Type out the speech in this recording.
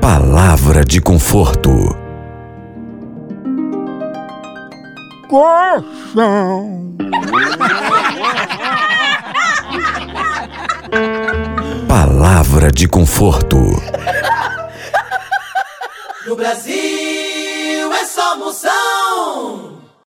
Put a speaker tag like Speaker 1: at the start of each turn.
Speaker 1: Palavra de conforto.
Speaker 2: colchão,
Speaker 1: Palavra de conforto.
Speaker 3: No Brasil é só moção.